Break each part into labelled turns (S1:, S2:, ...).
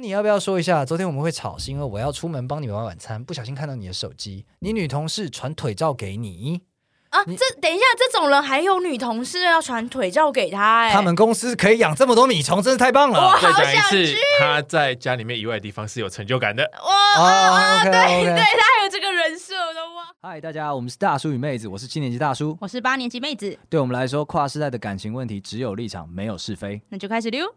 S1: 你要不要说一下？昨天我们会吵，是因为我要出门帮你们买晚餐，不小心看到你的手机，你女同事传腿照给你。
S2: 啊，这等一下，这种人还有女同事要传腿照给他、哎，
S1: 他们公司可以养这么多米虫，真是太棒了
S2: 哇！
S3: 再讲一
S2: 好想
S3: 次
S2: 去，
S3: 他在家里面以外的地方是有成就感的。
S2: 哇啊啊，
S1: 哦 OK，
S2: 对
S1: OK
S2: 对，他还有这个人设，我都忘。
S1: 嗨，大家，我们是大叔与妹子，我是七年级大叔。
S4: 我是八年级妹子，
S1: 对我们来说，跨世代的感情问题只有立场，没有是非。
S4: 那就开始溜。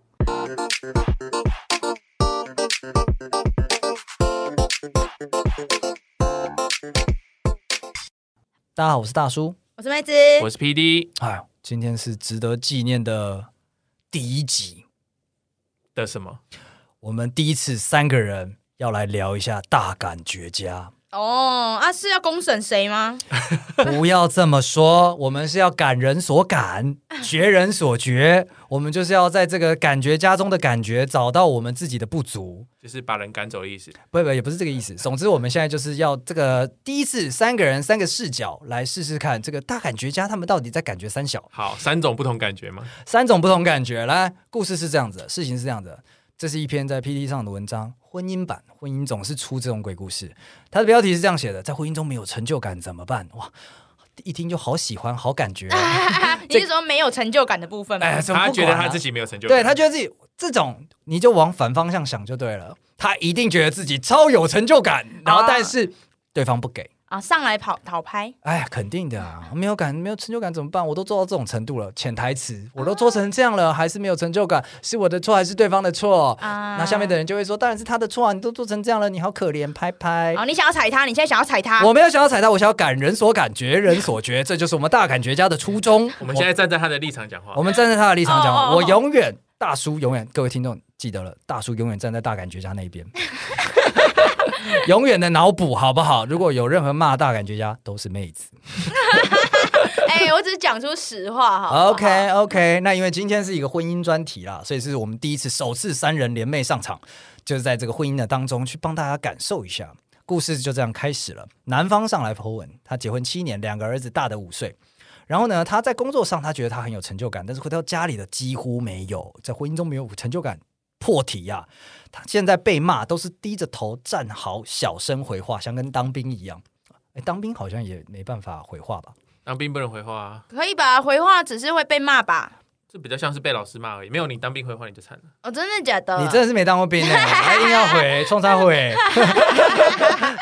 S1: 大家好，我是大叔。
S2: 我是妹子，
S3: 我是 P D
S1: 哎呦，今天是值得纪念的第一集，
S3: 的什么？
S1: 我们第一次三个人要来聊一下大感觉家。
S2: 哦，啊是要公审谁吗？
S1: 啊 不要这么说，我们是要感人所感，觉人所觉。我们就是要在这个感觉家中的感觉，找到我们自己的不足。
S3: 就是把人赶走的意思。
S1: 不不，也不是这个意思。总之，我们现在就是要这个第一次三个人三个视角来试试看，这个大感觉家他们到底在感觉三小
S3: 好，三种不同感觉嘛。
S1: 三种不同感觉。来，故事是这样子的，事情是这样子的。这是一篇在 PT 上的文章，婚姻版，婚姻总是出这种鬼故事。它的标题是这样写的：在婚姻中没有成就感怎么办？哇，一听就好喜欢，好感觉哦、
S2: 啊你是说没有成就感的部分吗？
S1: 哎，怎么
S3: 他
S1: 不
S3: 觉
S1: 管
S3: 得
S1: 啊
S3: 他自己没有成就感，
S1: 对他觉得自己这种，你就往反方向想就对了。他一定觉得自己超有成就感，然后
S2: 啊
S1: 但是对方不给，
S2: 啊，上来跑讨拍，
S1: 哎，肯定的啊，没有感，没有成就感怎么办？我都做到这种程度了，潜台词我都做成这样了，还是没有成就感，是我的错还是对方的错？
S2: 啊
S1: 那下面的人就会说，当然是他的错啊，你都做成这样了，你好可怜，拍拍。
S2: 哦
S3: 啊
S2: 好，你想要踩他，你现在想要踩他，
S1: 哎我没有想要踩他，我想要感人所感觉，人所觉，这就是我们大感觉家的初衷。
S3: 我们现在站在他的立场讲话
S1: 我。们站在他的立场讲
S2: 哦哦
S1: 话，
S2: 哦
S1: 我永远大叔永远，各位听众记得了，大叔永远站在大感觉家那一边， 永远的脑补好不好？如果有任何骂大感觉家，都是妹子。
S2: 哎，我只是讲出实话哈。好不好
S1: OK OK，那因为今天是一个婚姻专题啦，所以是我们第一次首次三人联袂上场，就是在这个婚姻的当中去帮大家感受一下。故事就这样开始了。男方上来 Po 文，他结婚七年，两个儿子大的五岁。然后呢，他在工作上他觉得他很有成就感，但是回到家里的几乎没有，在婚姻中没有成就感。破题呀、他现在被骂都是低着头站好，小声回话，像跟当兵一样。哎，当兵好像也没办法回话吧？
S3: 当兵不能回话啊，
S2: 可以吧？回话只是会被骂吧？
S3: 这比较像是被老师骂而已。没有你当兵回话你就惨了。
S2: 哦，真的假的？
S1: 你真的是没当过兵呢、欸还硬要回，冲他 回。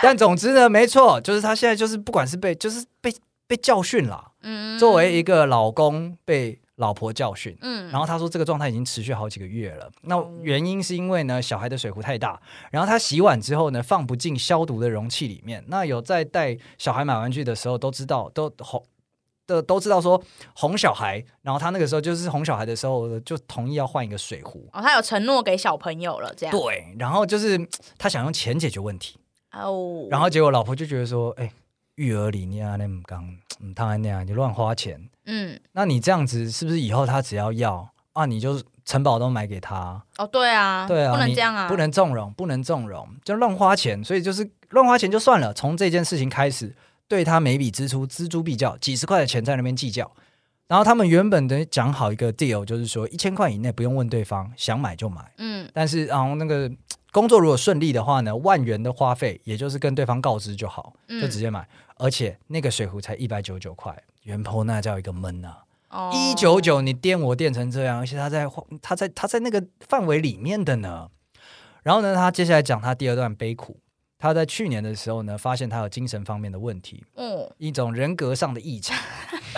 S1: 但总之呢，没错，就是他现在就是不管是被就是被被教训啦，
S2: 嗯
S1: 作为一个老公被老婆教训。
S2: 嗯哦
S1: 然后他说，这个状态已经持续好几个月了。那原因是因为呢，小孩的水壶太大，然后他洗碗之后呢，放不进消毒的容器里面。那有在带小孩买玩具的时候，都知道都哄的都知道说哄小孩，然后他那个时候就是哄小孩的时候，就同意要换一个水壶。
S2: 哦，他有承诺给小朋友了，这样
S1: 对，然后就是嗯他想用钱解决问题，
S2: 哦，
S1: 然后结果老婆就觉得说，哎、育儿理念啊，那么刚，嗯，他那样你乱花钱，
S2: 嗯，
S1: 那你这样子是不是以后他只要要啊，你就城堡都买给他？
S2: 哦，对啊，
S1: 对啊，
S2: 不能
S1: 你
S2: 这样啊，
S1: 不能纵容，不能纵容，就乱花钱，所以就是乱花钱就算了，从这件事情开始，对他每笔支出锱铢必较，几十块的钱在那边计较。然后他们原本的讲好一个 deal，就是说一千块以内不用问对方，想买就买。
S2: 嗯
S1: 但是然后那个工作如果顺利的话呢，万元的花费，也就是跟对方告知就好，
S2: 嗯
S1: 就直接买。而且那个水壶才一百九九块，原 p 那叫一个闷啊！
S2: 哦
S1: 一九九，你电我电成这样，而且他在他在他在那个范围里面的呢。然后呢，他接下来讲他第二段悲苦。他在去年的时候呢，发现他有精神方面的问题，
S2: 嗯，
S1: 一种人格上的异 常。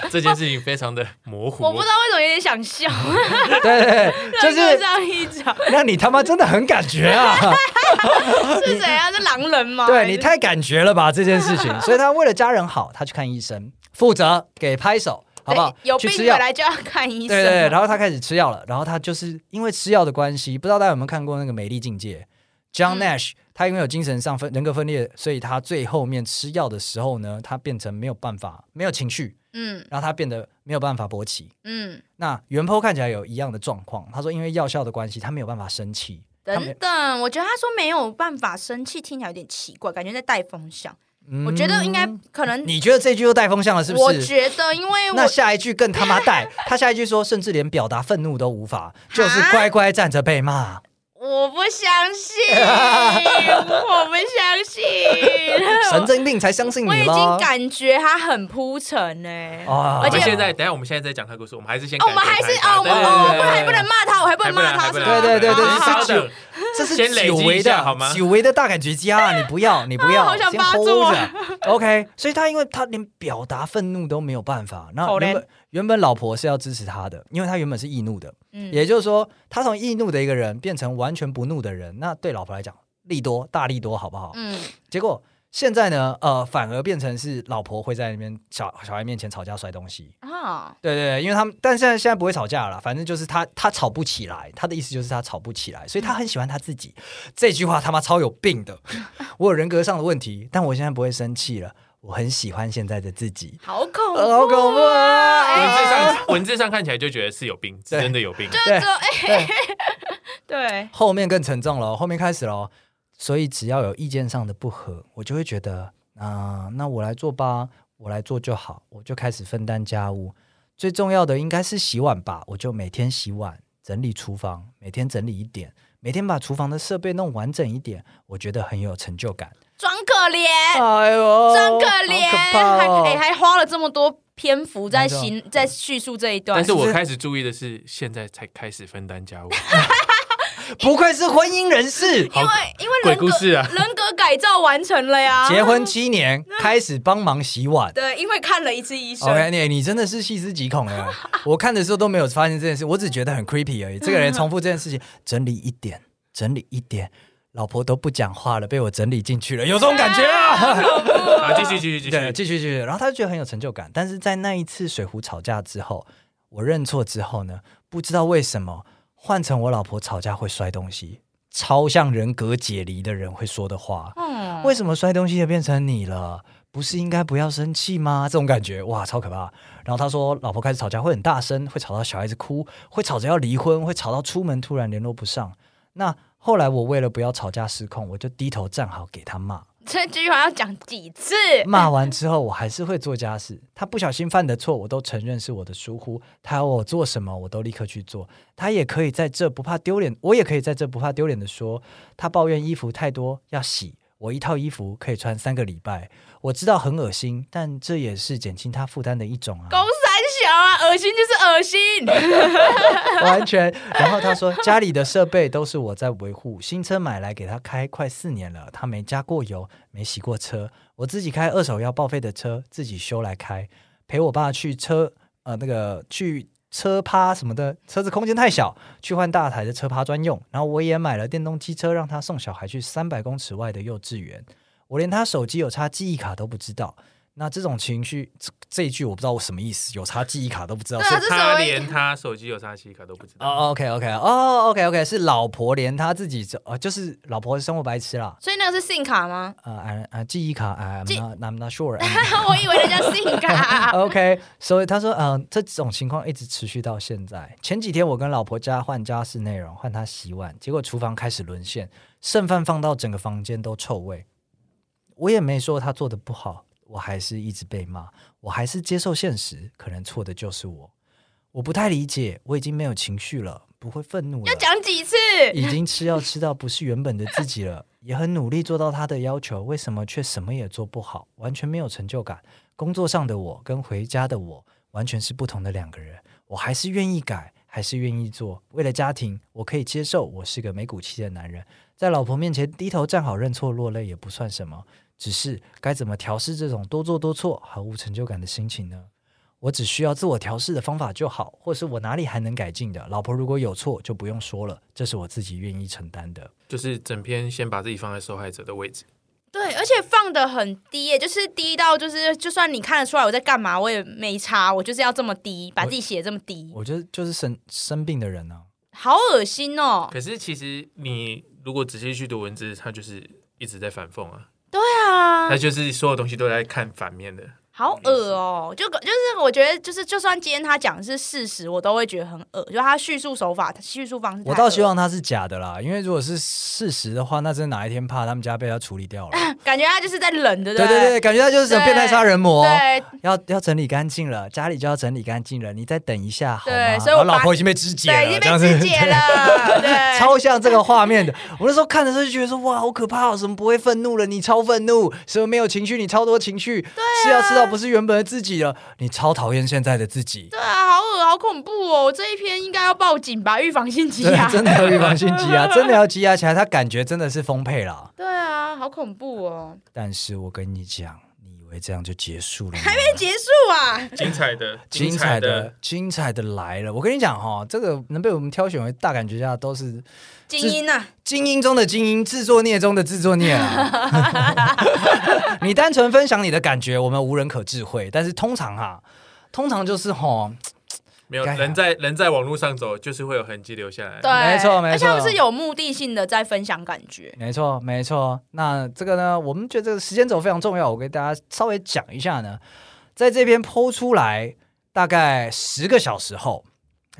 S3: 这件事情非常的模糊。
S2: 我不知道为什么有点 想笑，
S1: 对对对，就
S2: 这
S1: 是
S2: 样一 讲
S1: 让你他妈真的很感觉啊！
S2: 是谁啊？是狼人吗？
S1: 对你太感觉了吧这件事 情，所以他为了家人好，他去看医生，负责给拍手，好不好
S2: 对？有
S1: 去
S2: 病
S1: 吃
S2: 回
S1: 药，
S2: 来就要看医
S1: 对
S2: 生，啊
S1: 对对，然后他开始吃药了，然后他就是因为吃药的关系，不知道大家有没有看过那个《美丽境界》，John
S2: 嗯
S1: Nash，、他因为有精神上分人格分裂，所以他最后面吃药的时候呢，他变成没有办法，没有情绪，
S2: 嗯
S1: 然后他变得没有办法勃起。
S2: 嗯，
S1: 那袁坡看起来有一样的状况，他说因为药效的关系，他没有办法生气，他没
S2: 等等，我觉得他说没有办法生气，听起来有点奇怪，感觉在带风向。
S1: 嗯
S2: 我觉得应该可能，
S1: 你觉得这句又带风向了，是不是？
S2: 我觉得因为
S1: 那
S2: 哎我
S1: 下一句更 他妈带，他下一句说，甚至连表达愤怒都无法，就是乖乖站着被骂。
S2: 我不 相信，我不相信，
S1: 神经病才相信你
S2: 哎我已
S1: 啦
S2: 经！感觉他很铺陈呢、
S1: 啊
S2: 而
S3: 我
S2: 且
S3: 们现在，等一下我们现在在讲他的故事，我们还是先
S2: 哦，我们还是哦，我哦，不还不能骂他，我还哦不能骂他，是吗？
S1: 对对对对对
S3: 稍等，
S1: 这是
S3: 先累
S1: 久
S3: 积一
S1: 违
S3: 下
S1: 的
S3: 好吗
S1: 久违的大感觉家 啊，你不要，你不要，
S2: 好想
S1: 先
S2: 扒
S1: hold
S2: 住啊
S1: 着。OK，所以他因为他连表达愤怒都没有办法，那
S2: 好嘞
S1: 原本原本老婆是要支持他的，因为他原本是易怒的，
S2: 嗯
S1: 也就是说，他从易怒的一个人变成完全不怒的人，那对老婆来讲，利多大利多，好不好？
S2: 嗯，
S1: 结果现在呢，呃，反而变成是老婆会在那边小小孩面前吵架摔东西。
S2: 啊，
S1: 对对对，因为他们，但现在现在不会吵架了啦，反正就是他他吵不起来，他的意思就是他吵不起来，所以他很喜欢他自己。这句话他妈超有病的，我有人格上的问题，但我现在不会生气了，我很喜欢现在的自己，
S2: 好恐怖，啊
S1: 呃好恐怖
S3: 文字
S1: 啊！
S3: 上
S2: 哎
S3: 文字上看起来就觉得是有病，是
S1: 对
S3: 真的有病。
S2: 这这哎，对，
S1: 后面更沉重了，后面开始了，所以只要有意见上的不合，我就会觉得，啊、那我来做吧，我来做就好，我就开始分担家务。最重要的应该是洗碗吧，我就每天洗碗，整理厨房，每天整理一点，每天把厨房的设备弄完整一点，我觉得很有成就感。
S2: 装可怜，
S1: 哎呦
S2: 装可怜，
S1: 好可怕哦
S2: 还哎还花了这么多篇幅在
S1: 没错
S2: 形在叙述这一段，
S3: 但是我开始注意的是，现在才开始分 担家务，
S1: 不愧是婚姻人士，
S3: 好
S2: 因为
S3: 鬼
S2: 人
S3: 故
S2: 格
S3: 事啊！
S2: 人格改造完成了呀，
S1: 结婚七年
S2: 嗯
S1: 开始帮忙洗碗。
S2: 对，因为看了一次医生，
S1: OK，你你真的是细思极恐哎！我看的时候都没有发现这件事，我只觉得很 creepy 而已。这个人重复这件事情，整理一点，整理一点，老婆都不讲话了，被我整理进去了，有这种感觉啊！
S3: 好，继续继续继
S1: 对，
S3: 续。
S1: 继续继续，然后他就觉得很有成就感。但是在那一次水壶吵架之后，我认错之后呢，不知道为什么换成我老婆吵架会摔东西，超像人格解离的人会说的话。
S2: 嗯，
S1: 为什么摔东西也变成你了？不是应该不要生气吗？这种感觉哇，超可怕。然后他说，老婆开始吵架会很大声，会吵到小孩子哭，会吵着要离婚，会吵到出门突然联络不上。那后来我为了不要吵架失控，我就低头站好给他骂。
S2: 这句话要讲几次？
S1: 骂完之后，我还是会做家事。他不小心犯的错，我都承认是我的疏忽。他要我做什么，我都立刻去做。他也可以在这不怕丢脸，我也可以在这不怕丢脸的说，他抱怨衣服太多要洗，我一套衣服可以穿三个礼拜。我知道很恶心，但这也是减轻他负担的一种啊。
S2: 公三小啊，恶心就是恶心。
S1: 完全。然后他说，家里的设备都是我在维护，新车买来给他开快四年了，他没加过油，没洗过车，我自己开二手要报废的车，自己修来开，陪我爸去车呃那个去。车趴什么的，车子空间太小，去换大台的车趴专用。然后我也买了电动机车，让他送小孩去三百公尺外的幼稚园。我连他手机有插记忆卡都不知道。那这种情绪，这这一句我不知道我什么意思，有插记忆卡都不知道，
S2: 对啊
S1: 所以
S2: 这是什
S3: 他
S2: 么意
S3: 连他手机有插记忆卡都不知道。
S1: 哦、o k OK，哦、o k OK，是老婆连她自己哦，就是老婆生活白痴啦。
S2: 所以那个是信卡吗？
S1: 呃，啊啊，记忆卡，I'm
S2: 记
S1: not I'm not sure 。
S2: 我以为人家信 卡。
S1: OK，所以他说，嗯、这种情况一直持续到现在。前几天我跟老婆家换家事内容，换她洗碗，结果厨房开始沦陷，剩饭放到整个房间都臭味。我也没说她做的不好，我还是一直被骂，我还是接受现实，可能错的就是我。我不太理解，我已经没有情绪了，不会愤怒了。
S2: 要讲几次？
S1: 已经吃药吃到不是原本的自己了，也很努力做到他的要求，为什么却什么也做不好，完全没有成就感？工作上的我跟回家的我完全是不同的两个人。我还是愿意改，还是愿意做，为了家庭，我可以接受我是个没骨气的男人，在老婆面前低头站好，认错落泪也不算什么。只是该怎么调试这种多做多错、毫无成就感的心情呢？我只需要自我调试的方法就好，或是我哪里还能改进的。老婆如果有错，就不用说了，这是我自己愿意承担的。
S3: 就是整篇先把自己放在受害者的位置，
S2: 对，而且放的很低耶，就是低到就是，就算你看得出来我在干嘛，我也没差，我就是要这么低，把自己写得这么低，
S1: 我觉得就是生生病的人啊呢、
S2: 好恶心哦！
S3: 可是其实你如果仔细去读文字，他就是一直在反讽啊，
S2: 对啊
S3: 他，就是所有东西都在看反面的。
S2: 好恶哦！就就是我觉得就是，就算今天他讲的是事实，我都会觉得很恶，就他叙述手法、他叙述方式太恶，
S1: 我倒希望他是假的啦，因为如果是事实的话，那真的哪一天怕他们家被他处理掉了。
S2: 感觉他就是在冷，对不
S1: 对对
S2: 对
S1: 对，感觉他就是什么变态杀人魔，哦
S2: 对
S1: 要要整理干净了，家里就要整理干净了，你再等一下好吗？
S2: 对所以
S1: 然后
S2: 我
S1: 老
S2: 把
S1: 婆已经被肢解
S2: 对，已
S1: 了，
S2: 经
S1: 这样
S2: 被
S1: 子
S2: 肢解 了，对，
S1: 超像这个画面的。 我那时候看的时候就觉得说，哇，好可怕、哦！什么不会愤怒了，你超愤怒；什么没有情绪，你超多情绪。吃药吃到不是原本的自己了，你超讨厌现在的自己。
S2: 对啊，好恶，好恐怖哦！这一篇应该要报警吧，预防性羁
S1: 对
S2: 押。
S1: 真的要预防性积压，真的要积压起来。他感觉真的是丰沛啦。
S2: 对啊，好恐怖哦！
S1: 但是我跟你讲，你以为这样就结束了吗？
S2: 结束啊，
S3: 精彩的，
S1: 精彩的，精彩的来了！我跟你讲哈、这个能被我们挑选为大感觉家都是
S2: 精英啊，
S1: 精英中的精英，自作孽中的自作孽啊！你单纯分享你的感觉，我们无人可智慧。但是通常哈、通常就是吼，
S3: 没有
S1: 该啊
S3: 人在人在网络上走，就是会有痕迹留下来。
S2: 对，啊
S1: 没错没错
S2: 而且他们是有目的性的在分享感觉。
S1: 没错没错。那这个呢，我们觉得这个时间轴非常重要，我给大家稍微讲一下呢。在这篇剖出来大概十个小时后，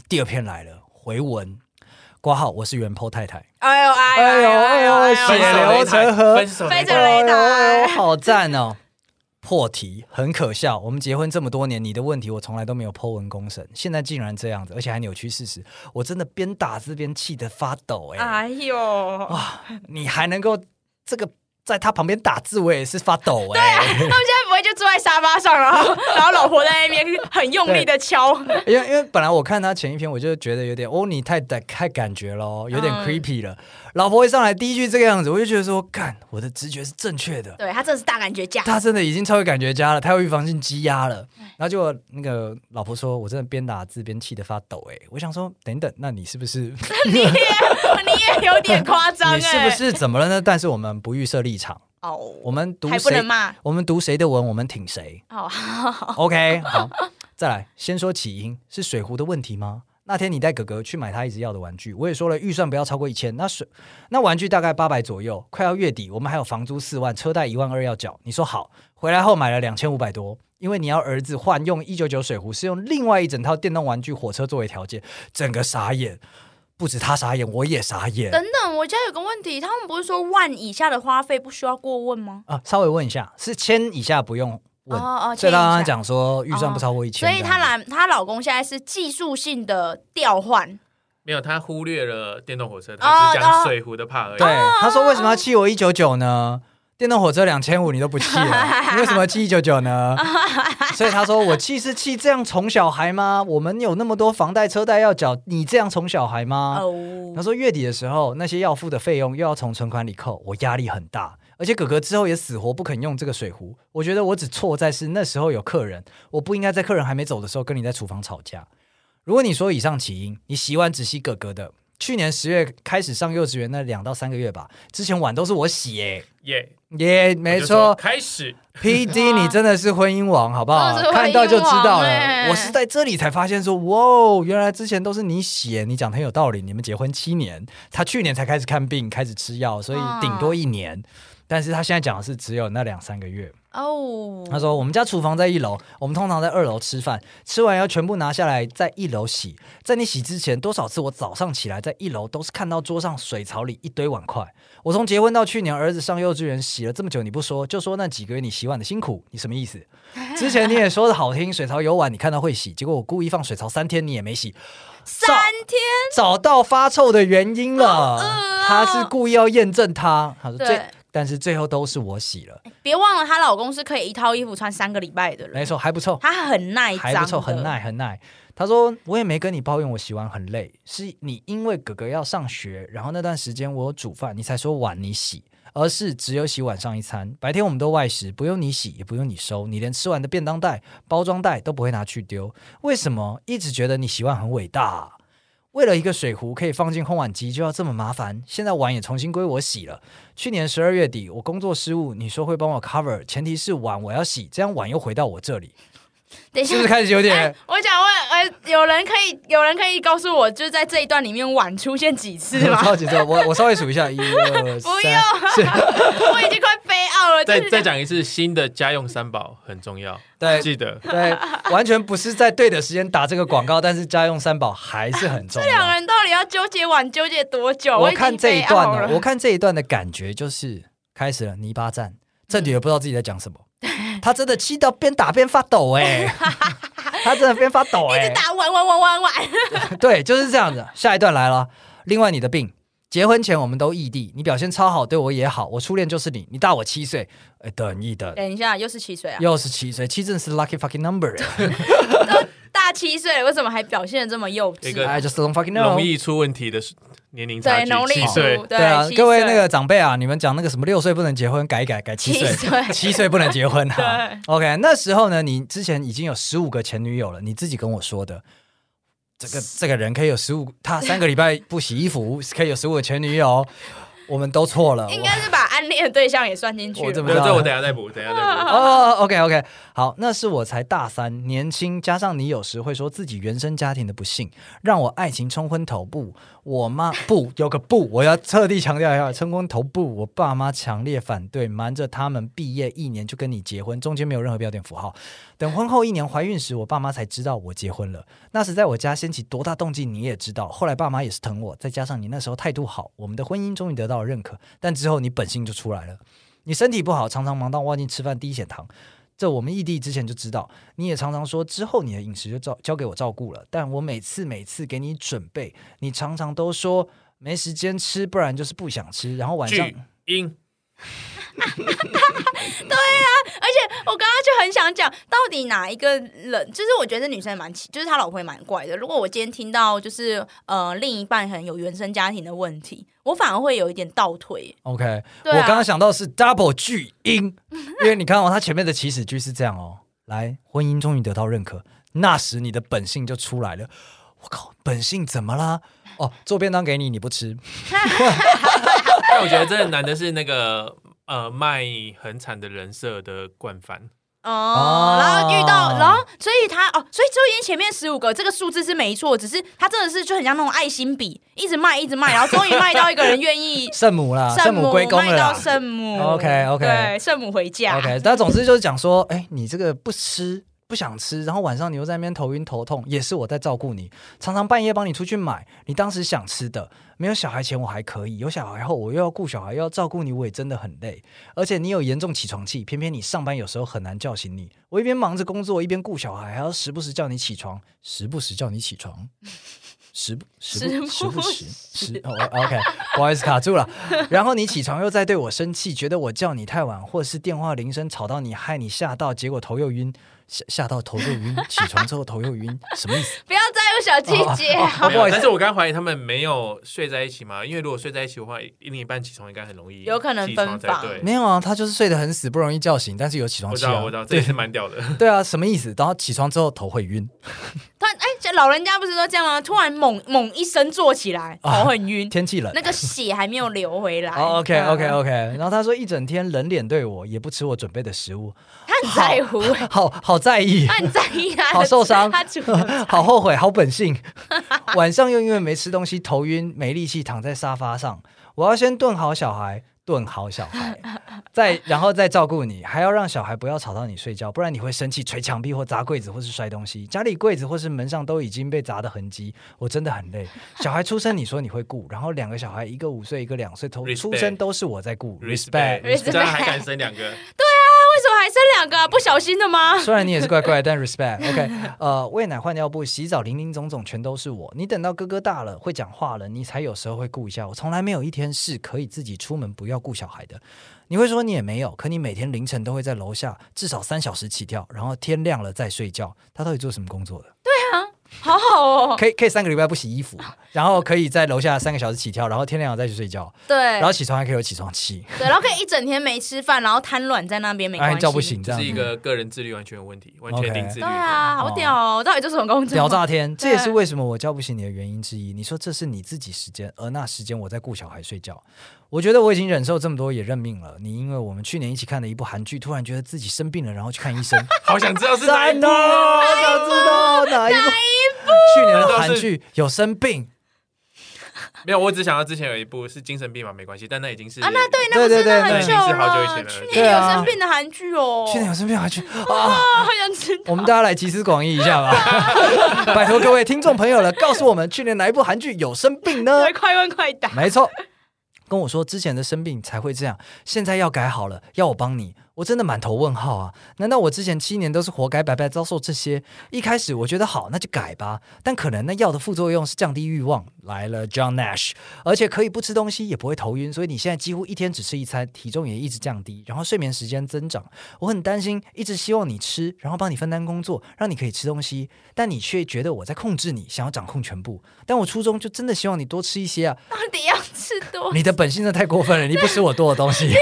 S1: 第二篇来了，回文。挂号，我是原剖太太。
S2: 哎呦哎
S1: 哎呦哎呦
S3: 分手
S1: 血流
S3: 擂台
S1: 成河
S3: 分手擂台
S2: 非常雷达
S1: 哎呦好赞哦！破题很可笑，我们结婚这么多年，你的问题我从来都没有剖文公审，现在竟然这样子，而且还扭曲事实，我真的边打字边气得发抖哎、
S2: 哎呦！哇，
S1: 你还能够这个在他旁边打字，我也是发抖哎、
S2: 他们现在不会就坐在沙发上，然后然后老婆在那边很用力的敲，
S1: 因为因为本来我看他前一篇，我就觉得有点哦，你太太太感觉咯，有点
S2: 嗯
S1: creepy 了。老婆一上来第一句这个样子，我就觉得说，干，我的直觉是正确的，
S2: 对他真的是大感觉家。
S1: 他真的已经超越感觉家了，他有预防性积压了。
S2: 嗯
S1: 然后结果那个老婆说：“我真的边打字边气得发抖。”哎，我想说，等等，那你是 不是
S2: 你也你也有点夸张哎，
S1: 你是不是怎么了呢？但是我们不预设立场，我
S2: 哦，
S1: 们读
S2: 还不
S1: 谁
S2: 能，骂
S1: 我们读谁的文，我们挺谁。
S2: 哦，
S1: OK，好，再来，先说起因，是水壶的问题吗？那天你带哥哥去买他一直要的玩具，我也说了预算不要超过一千。那水那玩具大概八百左右，快要月底，我们还有房租四万，车贷一万二要缴。你说好，回来后买了两千五百多，因为你要儿子换用一九九水壶，是用另外一整套电动玩具火车作为条件，整个傻眼，不止他傻眼，我也傻眼。
S2: 等等，我家有个问题，他们不是说万以下的花费不需要过问吗？
S1: 啊，稍微问一下，是千以下不用问，
S2: 哦哦
S1: 所以
S2: 千以
S1: 他刚刚
S2: 下哦
S1: 讲说预算不超过一千、
S2: 所以她男她老公现在是技术性的调换，
S3: 没有，他忽略了电动火车，他
S2: 哦
S3: 只讲水壶的怕而已。
S1: 对，他说为什么要气我一九九呢？电动火车两千五你都不气了，你为什么气一九九呢？所以他说我气是气这样宠小孩吗？我们有那么多房贷车贷要缴，你这样宠小孩吗？
S2: 哦
S1: 啊他，说月底的时候那些要付的费用又要从存款里扣，我压力很大。而且哥哥之后也死活不肯用这个水壶，我觉得我只错在是那时候有客人，我不应该在客人还没走的时候跟你在厨房吵架。如果你说以上起因，你洗碗只洗哥哥的，去年十月开始上幼稚园那两到三个月吧，之前碗都是我洗耶、
S3: 耶，
S1: 耶、
S3: 我
S1: 没
S3: 就
S1: 错
S3: 开始
S1: ，P D 你真的是婚姻王，好不好
S2: 啊真的是？婚姻
S1: 看到就知道
S2: 王
S1: 了。
S2: 欸
S1: 我是在这里才发现说，哇，哦原来之前都是你写，你讲的很有道理。你们结婚七年，他去年才开始看病，开始吃药，所以
S2: 嗯
S1: 顶多一年。但是他现在讲的是只有那两三个月。
S2: 哦，
S1: 他说：“我们家厨房在一楼，我们通常在二楼吃饭，吃完要全部拿下来，在一楼洗。在你洗之前，多少次我早上起来在一楼都是看到桌上水槽里一堆碗筷。我从结婚到去年儿子上幼稚园洗了这么久，你不说，就说那几个月你洗碗的辛苦，你什么意思？之前你也说的好听，水槽有碗你看到会洗，结果我故意放水槽三天，你也没洗，
S2: 三天，
S1: 找到发臭的原因了。
S2: 哦
S1: 他是故意要验证他，他说
S2: 对哎
S1: 最，但是最后都是我洗了，
S2: 别忘了她老公是可以一套衣服穿三个礼拜的
S1: 没
S2: 人，
S1: 错，还不错。”
S2: 他很耐脏
S1: 还
S2: 的，
S1: 不错，很耐很耐。他说：“我也没跟你抱怨我洗碗很累，是你因为哥哥要上学，然后那段时间我有煮饭，你才说碗你洗，而是只有洗晚上一餐，白天我们都外食，不用你洗，也不用你收，你连吃完的便当袋、包装袋都不会拿去丢。为什么一直觉得你洗碗很伟大啊、为了一个水壶可以放进烘碗机，就要这么麻烦？现在碗也重新归我洗了。去年十二月底我工作失误，你说会帮我 cover，前提是碗我要洗，这样碗又回到我这里，
S2: 等一下
S1: 是
S2: 哎
S1: 不是。开始有点？”
S2: 我想问，呃，有人可以有人可以告诉我，就是在这一段里面碗出现几次吗？
S1: 超级多，我我稍微数一下，一二
S2: 不
S1: 三，是，
S2: 我已经快悲傲了。
S1: 哎
S3: 再
S2: 就是
S3: 再讲一次，新的家用三宝很重要，
S1: 对
S3: 记得
S1: 对，完全不是在对的时间打这个广告，但是家用三宝还是很重
S2: 两个
S1: 要。
S2: 人到底要纠结碗纠结多久？
S1: 我
S2: 已经
S1: 看这一
S2: 悲
S1: 段哦
S2: 傲
S1: 呢，
S2: 了
S1: 我看这一段的感觉就是开始了泥巴战。郑宇也不知道自己在讲什 么，他真的气到边打边发抖哎、他真的边发抖哎、
S2: 一直打玩玩玩玩玩，
S1: 对，就是这样子。下一段来了，另外你的病，结婚前我们都异地，你表现超好，对我也好，我初恋就是你，你大我七岁，哎，等一等，
S2: 等一下又是七岁啊，
S1: 又是七岁，七真的是 lucky fucking number，哎
S2: 都大七岁了，为什么还表现的这么幼
S3: 一
S2: 稚？
S3: 个
S1: ，I just don't fucking know
S3: 容。易出问题的是年龄差
S2: 对，
S3: 距，
S2: 农历
S3: 七
S2: 鼠
S3: 岁，
S1: 对啊，各位那。
S2: 七岁
S1: 个长辈啊，你们讲那个什么六岁不能结婚，改一改，改七岁
S2: 七岁，
S1: 七岁不能结婚啊
S2: 对。
S1: OK，那时候呢，你之前已经有十五个前女友了，你自己跟我说的。这 个这个人可以有十五，他三个礼拜不洗衣服，可以有十五个前女友，我们都错了。
S2: 应
S1: 我
S2: 该是把暗恋的对象也算进去
S1: 我这
S2: 了
S1: 么
S2: 吧。
S3: 没有，这我等一下再补，等一下再补。
S1: 哦，OK OK，好，那是我才大三，年轻，加上你有时会说自己原生家庭的不幸，让我爱情冲昏头部。我妈不有个不，我要特地强调一下，冲昏头部。我爸妈强烈反对，瞒着他们毕业一年就跟你结婚，中间没有任何标点符号。等婚后一年怀孕时，我爸妈才知道我结婚了。那时在我家掀起多大动静，你也知道。后来爸妈也是疼我，再加上你那时候态度好，我们的婚姻终于得到了认可。但之后你本性就出来了。你身体不好，常常忙到忘记吃饭低血糖。这我们异地之前就知道，你也常常说之后你的饮食就照交给我照顾了，但我每次每次给你准备，你常常都说没时间吃，不然就是不想吃，然后晚上
S3: 巨婴
S2: 而且 我刚刚就很想讲，到底哪一个人？就是我觉得这女生也蛮奇，就是她老婆也蛮怪的。如果我今天听到就是呃另一半很有原生家庭的问题，我反而会有一点倒退。
S1: OK，、我
S2: 对啊
S1: 刚刚想到是 double 巨婴，因为你看哦，它前面的起始句是这样哦，来，婚姻终于得到认可，那时你的本性就出来了。我靠，本性怎么啦？哦，做便当给你，你不吃，
S3: 但我觉得这个男的是那个呃卖很惨的人设的惯犯，
S2: 哦，
S1: 哦
S2: 然后遇到，然后所以她哦，所以周燕前面十五个这个数字是没错，只是她真的是就很像那种爱心笔，一直卖一直卖，然后终于卖到一个人 愿意
S1: 圣母啦，啊圣
S2: 圣
S1: 母归公了
S2: 卖到
S1: 啦。
S2: 圣母。
S1: OK，OK
S2: 对，圣母回家。
S1: OK，但总之就是讲说，哎、你这个不吃不想吃，然后晚上你又在那边头晕头痛，也是我在照顾你，常常半夜帮你出去买你当时想吃的。没有小孩前我还可以，有小孩后我又要顾小孩，又要照顾你，我也真的很累。而且你有严重起床气，偏偏你上班有时候很难叫醒你。我一边忙着工作，一边顾小孩，还要时不时叫你起床，时不时叫你起床。时不时不时
S2: 时
S1: 不
S2: 不
S1: 时时
S2: 时
S1: 哦，OK，不 好意思卡住了。然后你起床又在对我生气，觉得我叫你太晚，或是电话铃声吵到你，害你吓到，结果头又晕，吓吓到头又晕，起床之后头又晕，什么意思？
S2: 不要在乎小细 节，
S1: 哦不好意思
S3: 但是我刚怀疑他们没有睡在一起嘛，因为如果睡在一起的话，另一半起床应该很容易，
S2: 有可能分房
S3: 对，
S1: 没有啊，他就是睡得很死，不容易叫醒，但是有起床
S3: 我
S1: 气
S3: 知
S1: 啊。
S3: 道，我知道，这也是 蛮屌的。
S1: 对啊，什么意思？然后起床之后头会晕，
S2: 突然，哎、这老人家不是都这样吗？突然猛猛一声坐起来，头很晕，
S1: 啊天气冷。
S2: 那个血还没有流回来。
S1: 哦，OK
S2: 嗯
S1: OK OK，然后他说一整天冷脸对我，也不吃我准备的食物，
S2: 他很在乎，
S1: 好好在意。
S2: 他很在意他的，
S1: 好受伤
S2: 他煮的
S1: 好后悔，好本性。 晚上又因为没吃东西头晕，没力气躺在沙发上。我要先炖好小孩，炖好小孩，再然后再照顾你，还要让小孩不要吵到你睡觉，不然你会生气，捶墙壁或砸柜子或是摔东西。家里柜子或是门上都已经被砸的痕迹，我真的很累。小孩出生你说你会顾，然后两个小孩，一个五岁，一个两岁，头
S3: Respect
S1: 出生都是我在顾。
S3: respect，
S2: respect
S3: 这样还敢生两个，
S2: 为什么还生两个啊？不小心的 吗？
S1: 虽然你也是怪怪，但 respect。OK，呃，喂奶、换尿布、洗澡，零零总总全都是我。你等到哥哥大了，会讲话了，你才有时候会顾一下。我从来没有一天是可以自己出门不要顾小孩的。你会说你也没有，可你每天凌晨都会在楼下至少三小时起跳，然后天亮了再睡觉。他到底做什么工作的？
S2: 好好哦，啊
S1: 可以可以三个礼拜不洗衣服，然后可以在楼下三个小时起跳，然后天亮了再去睡觉，
S2: 对，
S1: 然后起床还可以有起床气，
S2: 对，然后可以一整天没吃饭，然后瘫软在那边没
S1: 哎
S2: 关
S1: 你
S2: 系，
S1: 叫不。醒这
S3: 这
S1: 样
S3: 是一
S1: 子。
S3: 个个人自律完全有问题，完全
S1: OK
S3: 零自律。
S2: 对啊，好屌、哦！到底做什么工作？
S1: 屌炸天！这也是
S2: 对
S1: 为什么我叫不醒你的原因之一。你说这是你自己时间，而那时间我在顾小孩睡觉。我觉得我已经忍受这么多，也认命了。你因为我们去年一起看的一部韩剧，突然觉得自己生病了，然后去看医生。
S3: 好想知道是哪
S1: 赞
S3: 一部
S1: 哦！
S3: 哦。
S1: 我想知道哪一部？去年的韩剧有生病，
S3: 没有，我只想到之前有一部是精神病嘛，没关系，但那已经是
S2: 啊，那对，那
S1: 对对
S2: 个真的
S1: 对
S2: 很
S1: 对
S2: 久
S3: 已经是好久以前了
S2: 去
S1: 对
S2: 年有
S1: 啊
S2: 生病的韩剧哦，
S1: 去年有生病韩剧啊！
S2: 啊，好想知道。
S1: 我们大家来集思广益一下吧， 拜托各 位听众朋友了，告诉我们去年哪一部韩剧有生病呢？
S2: 来快问快答，
S1: 没错。跟我说之前的生病才会这样，现在要改好了，要我帮你，我真的满头问号啊！难道我之前七年都是活该白白遭受这些？一开始我觉得好，那就改吧，但可能那药的副作用是降低欲望。来了，John Nash，而且可以不吃东西，也不会头晕，所以你现在几乎一天只吃一餐，体重也一直降低，然后睡眠时间增长。我很担心，一直希望你吃，然后帮你分担工作，让你可以吃东西，但你却觉得我在控制你，想要掌控全部。但我初衷就真的希望你多吃一些啊！
S2: 到底要吃多？
S1: 你的本性真的太过分了，你不吃我多的东西。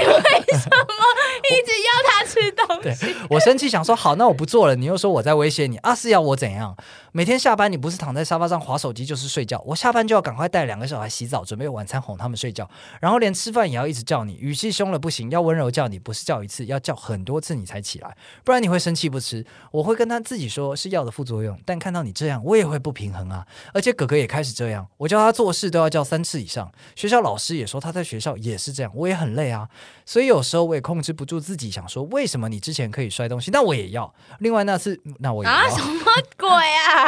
S2: 一直要他吃东
S1: 对
S2: 西，
S1: 我生气想说好，那我不做了。你又说我在威胁你啊？是要我怎样？每天下班你不是躺在沙发上划手机就是睡觉，我下班就要赶快带两个小孩洗澡，准备晚餐哄他们睡觉，然后连吃饭也要一直叫你，语气凶了不行，要温柔叫你，不是叫一次，要叫很多次你才起来，不然你会生气不吃。我会跟他自己说是药的副作用，但看到你这样，我也会不平衡啊。而且哥哥也开始这样，我叫他做事都要叫三次以上，学校老师也说他在学校也是这样，我也很累啊。所以有时候我也控制不住自己，想说为什么你之前可以摔东西，那我也要。另外那次，嗯那我也要。
S2: 啊，什么鬼啊？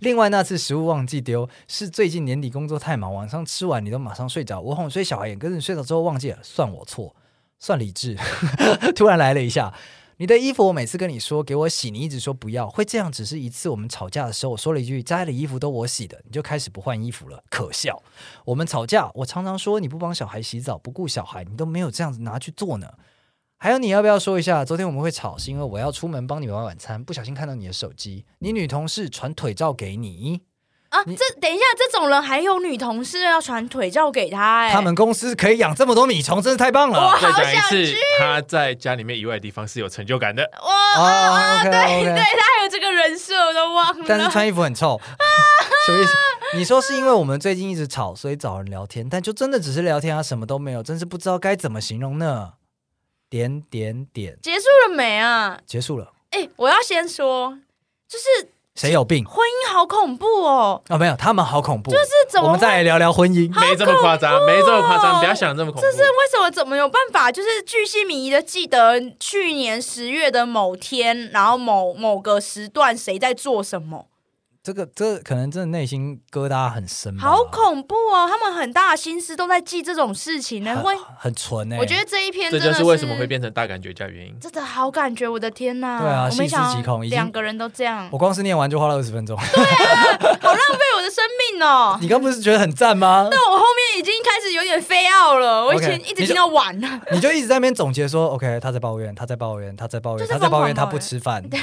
S1: 另外那次食物忘记丢，是最近年底工作太忙，晚上吃完你都马上睡着，我哄睡小孩也跟着睡着之后忘记了，算我错，算理智。 突然来了一下，你的衣服我每次跟你说给我洗，你一直说不要，会这样只是一次我们吵架的时候，我说了一句家里的衣服都我洗的，你就开始不换衣服了，可笑。我们吵架，我常常说你不帮小孩洗澡，不顾小孩，你都没有这样子拿去做呢。还有，你要不要说一下？昨天我们会吵，是因为我要出门帮你买晚餐，不小心看到你的手机，你女同事传腿照给你。
S2: 啊，这等一下，这种人还有女同事要传腿照给他、哎，
S1: 他们公司可以养这么多米虫，真是太棒了！
S3: 再讲一
S2: 好想
S3: 次，他在家里面以外的地方是有成就感的。
S2: 哇啊啊！
S1: OK，
S2: 对
S1: 哦 OK
S2: 对，他还有这个人设，我都忘了。
S1: 但是穿衣服很臭， 什么意思？你说是因为我们最近一直吵，所以找人聊天，但就真的只是聊天啊，什么都没有，真是不知道该怎么形容呢。点点点，
S2: 结束了没啊？
S1: 结束了，
S2: 哎、我要先说，就是
S1: 谁有病
S2: 婚姻好恐怖哦，
S1: 啊、没有，他们好恐怖。就
S2: 这怎
S1: 我
S2: 么
S1: 们
S2: 会？
S1: 再来聊聊婚姻。
S3: 没这么夸张，没这么夸张，不要想这么恐怖
S2: 哦这。是为什么？怎么有办法？就是巨细靡遗的记得去年十月的某天，然后某某个时段谁在做什么，
S1: 这个这个可能真的内心疙瘩很深吧，
S2: 好恐怖哦！他们很大的心思都在记这种事情呢。
S1: 很
S2: 会，
S1: 很纯哎、
S2: 我觉得这一篇
S3: 这
S2: 真的
S3: 就是是为什么会变成大感觉家原因。
S2: 真的好感觉，我的天呐！
S1: 对啊
S2: 我没
S1: 细思极
S2: 想到
S1: 恐已经
S2: 两个人都这样，
S1: 我光是念完就花了二十 分钟。
S2: 好浪费我的生命哦。
S1: 你刚不是觉得很赞 吗？
S2: 但我后面已经开始有点飞奥了，我已经
S1: OK，
S2: 一
S1: 你
S2: 直
S1: 就
S2: 听到啊晚 了。
S1: 你就一直在那边总结说，OK，他在抱怨，他在抱怨，他在抱
S2: 就
S1: 怨，
S2: 是
S1: 他在抱怨，
S2: 疯
S1: 他
S2: 狂抱怨
S1: 不吃饭。
S2: 他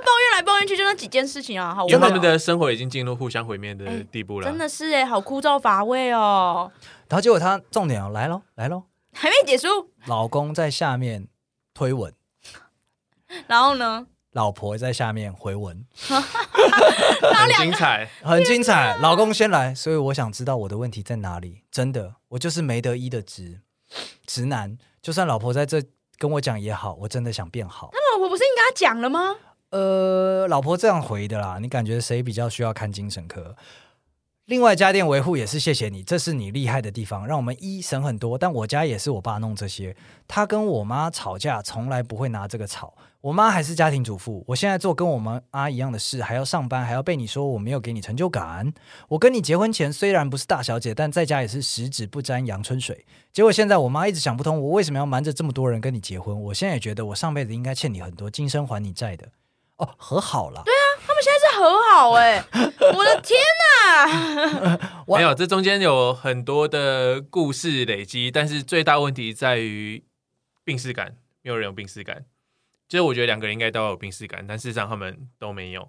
S2: 抱怨来抱怨去就那几件事情啊，好无
S3: 因
S2: 聊
S3: 为他们的欸生活已经进入互相毁灭的地步了。
S2: 真的是哎、好枯燥乏味哦，
S1: 然后结果他重点哦，来喽，来喽，
S2: 还没结束。
S1: 老公在下面推文，
S2: 然后呢，
S1: 老婆在下面回文，
S3: 很
S2: 啊
S3: 精彩，
S1: 很精彩。老公先来，所以我想知道我的问题在哪里。真的，我就是没得一的直直男，就算老婆在这跟我讲也好，我真的想变好。
S2: 那哦我不是应该跟他讲了吗？
S1: 呃，老婆这样回的啦，你感觉谁比较需要看精神科？另外，家电维护也是谢谢你，这是你厉害的地方，让我们一省很多。但我家也是我爸弄这些，他跟我妈吵架从来不会拿这个吵。我妈还是家庭主妇，我现在做跟我们妈一样的事，还要上班，还要被你说我没有给你成就感。我跟你结婚前虽然不是大小姐，但在家也是十指不沾阳春水。结果现在我妈一直想不通，我为什么要瞒着这么多人跟你结婚？我现在也觉得我上辈子应该欠你很多，今生还你债的。哦，和好了。
S2: 他们现在是和好哎、 我的天呐、
S1: 我
S3: 没有这中间有很多的故事累积，但是最大问题在于病逝感，没有人有病逝感。就是我觉得两个人应该都要有病逝感，但事实上他们都没有。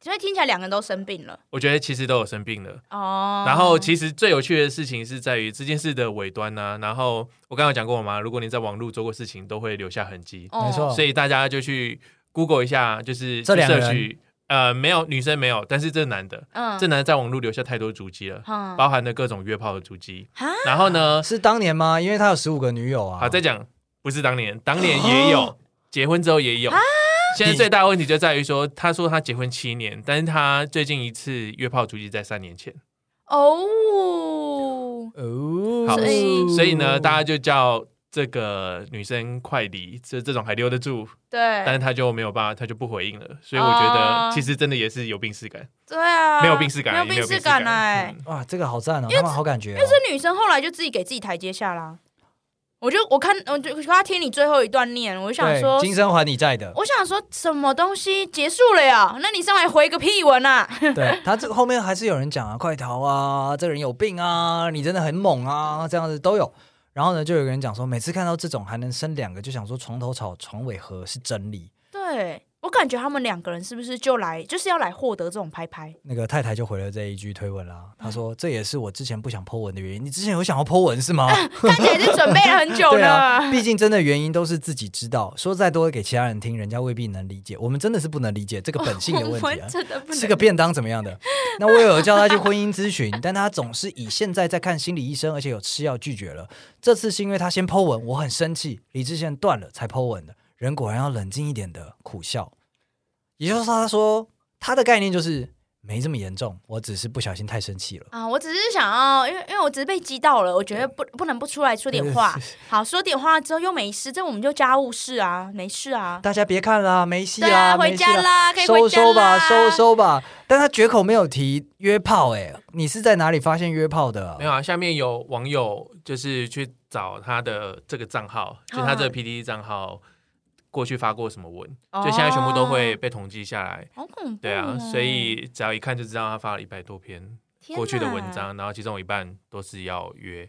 S2: 所以听起来两个人都生病了
S3: 我觉得其实都有生病了。
S2: 哦。
S3: 然后其实最有趣的事情是在于这件事的尾端呢、然后我刚刚有讲过我妈，如果你在网络做过事情，都会留下痕迹。
S2: 哦
S1: 没错
S3: 所以大家就去 Google 一下，就是
S1: 这两个人
S3: 社区呃，没有女生没有，但是这男的，
S2: 嗯
S3: 这男的在网络留下太多足迹了，
S2: 嗯
S3: 包含了各种约炮的足迹。
S2: 啊
S3: 然后呢，
S1: 是当年吗？因为他有十五个女友啊。
S3: 好再讲，不是当年，当年也有，结婚之后也有。现在最大的问题就在于说，他说他结婚七年，但是他最近一次约炮足迹在三年前，
S2: 哦，
S1: 哦，
S3: 好
S2: 所以嗯
S3: 所以呢，大家就叫这个女生快离，这这种还留得住，但
S2: 对
S3: 是他就没有办法，他就不回应了。所以我觉得
S2: 哦
S3: 其实真的也是有病耻感，
S2: 对啊，
S3: 没有病耻感，
S2: 没有
S3: 也
S2: 病
S3: 耻
S2: 耻感
S3: 哎
S2: 哎。
S3: 嗯
S1: 哇，这个好赞哦，他们好感觉哦。
S2: 这女生后来就自己给自己台阶下啦。我就我看，我就她听你最后一段念，我就想说
S1: 对，，今生还你债的，
S2: 我想说什么东西结束了呀？那你上来回个屁文啊！
S1: 对他这后面还是有人讲啊，快逃啊，这个人有病啊，你真的很猛啊，这样子都有。然后呢，就有个人讲说，每次看到这种还能生两个，就想说床头吵，床尾和是真理。
S2: 对我感觉他们两个人是不是就来就是要来获得这种拍 拍？
S1: 那个太太就回了这一句推文啦，她说这也是我之前不想 Po 文的原因。你之前有想要 Po 文是吗？
S2: 看起来是准备了很久
S1: 对
S2: 呢。
S1: 啊，毕竟真的原因都是自己知道，说再多给其他人听，人家未必能理解。我们真的是不能理解这个本性的问
S2: 我
S1: 题啊
S2: 们。真的不能
S1: 吃个便当怎么样的？那我有叫他去婚姻咨询，但他总是以现在在看心理医生，而且有吃药拒绝了。这次是因为他先 Po 文，我很生气，理智线断了才 Po 文的。人果然要冷静一点的，苦笑。也就是说他说他的概念就是没这么严重，我只是不小心太生气了。
S2: 啊，我只是想要，因为因为我只是被激到了，我觉得不不能不出来说点话。好，说点话之后又没事，这我们就家务事啊，没事啊。
S1: 大家别看啦，没戏
S2: 对
S1: 啦，
S2: 啊
S1: 没
S2: 回
S1: 戏
S2: 家啦可以
S1: 收
S2: 回家
S1: 收吧，
S2: 啦
S1: 收收吧。但他绝口没有提约炮、哎，你是在哪里发现约炮的、
S3: 没有啊，下面有网友就是去找他的这个账号，
S2: 啊
S3: 就是他这个 PDD 账号过去发过什么文，
S2: 哦
S3: 就现在全部都会被统计下来。
S2: 好恐怖、哦。
S3: 对啊，所以只要一看就知道他发了一百多篇
S2: 天
S3: 过去的
S2: 哪
S3: 文。章，然后其中有一半都是要约。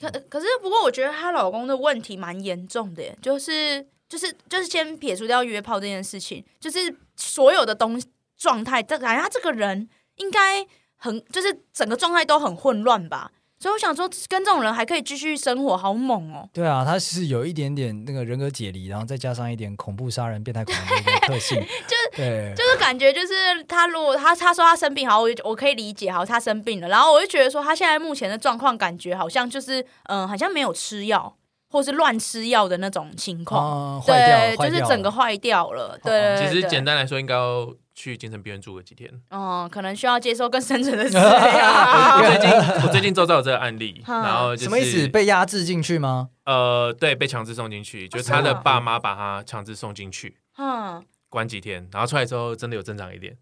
S2: 可呃可是，不过我觉得她老公的问题蛮严重的耶，就是就是就是先撇除掉约炮这件事情，就是所有的东西状态，这感觉他这个人应该很就是整个状态都很混乱吧。所以我想说，跟这种人还可以继续生活，好猛哦！
S1: 对啊，他是有一点点那个人格解离，然后再加上一点恐怖杀人、变态恐怖的特性，就是对，
S2: 就是感觉就是他如果他他说他生病好，我就我可以理解好他生病了，然后我就觉得说他现在目前的状况感觉好像就是嗯、呃好像没有吃药或是乱吃药的那种情况，
S1: 啊，坏
S2: 对，
S1: 掉，坏掉
S2: 就是
S1: 了
S2: 整个坏掉了，对，
S3: 哦其
S2: 对
S3: 实
S2: 对
S3: 简单来说，应该要去精神病院住个几天。
S2: 嗯，可能需要接受更深层的 治疗。
S3: 我最近我最近周遭有这个案例，
S2: 哈
S3: 然后就是
S1: 什么意思？被压制进去吗？
S3: 呃，对，被强制送进去，就是
S2: 是啊
S3: 他的爸妈把他强制送进去
S2: 嗯，
S3: 关几天，然后出来之后真的有正常一点。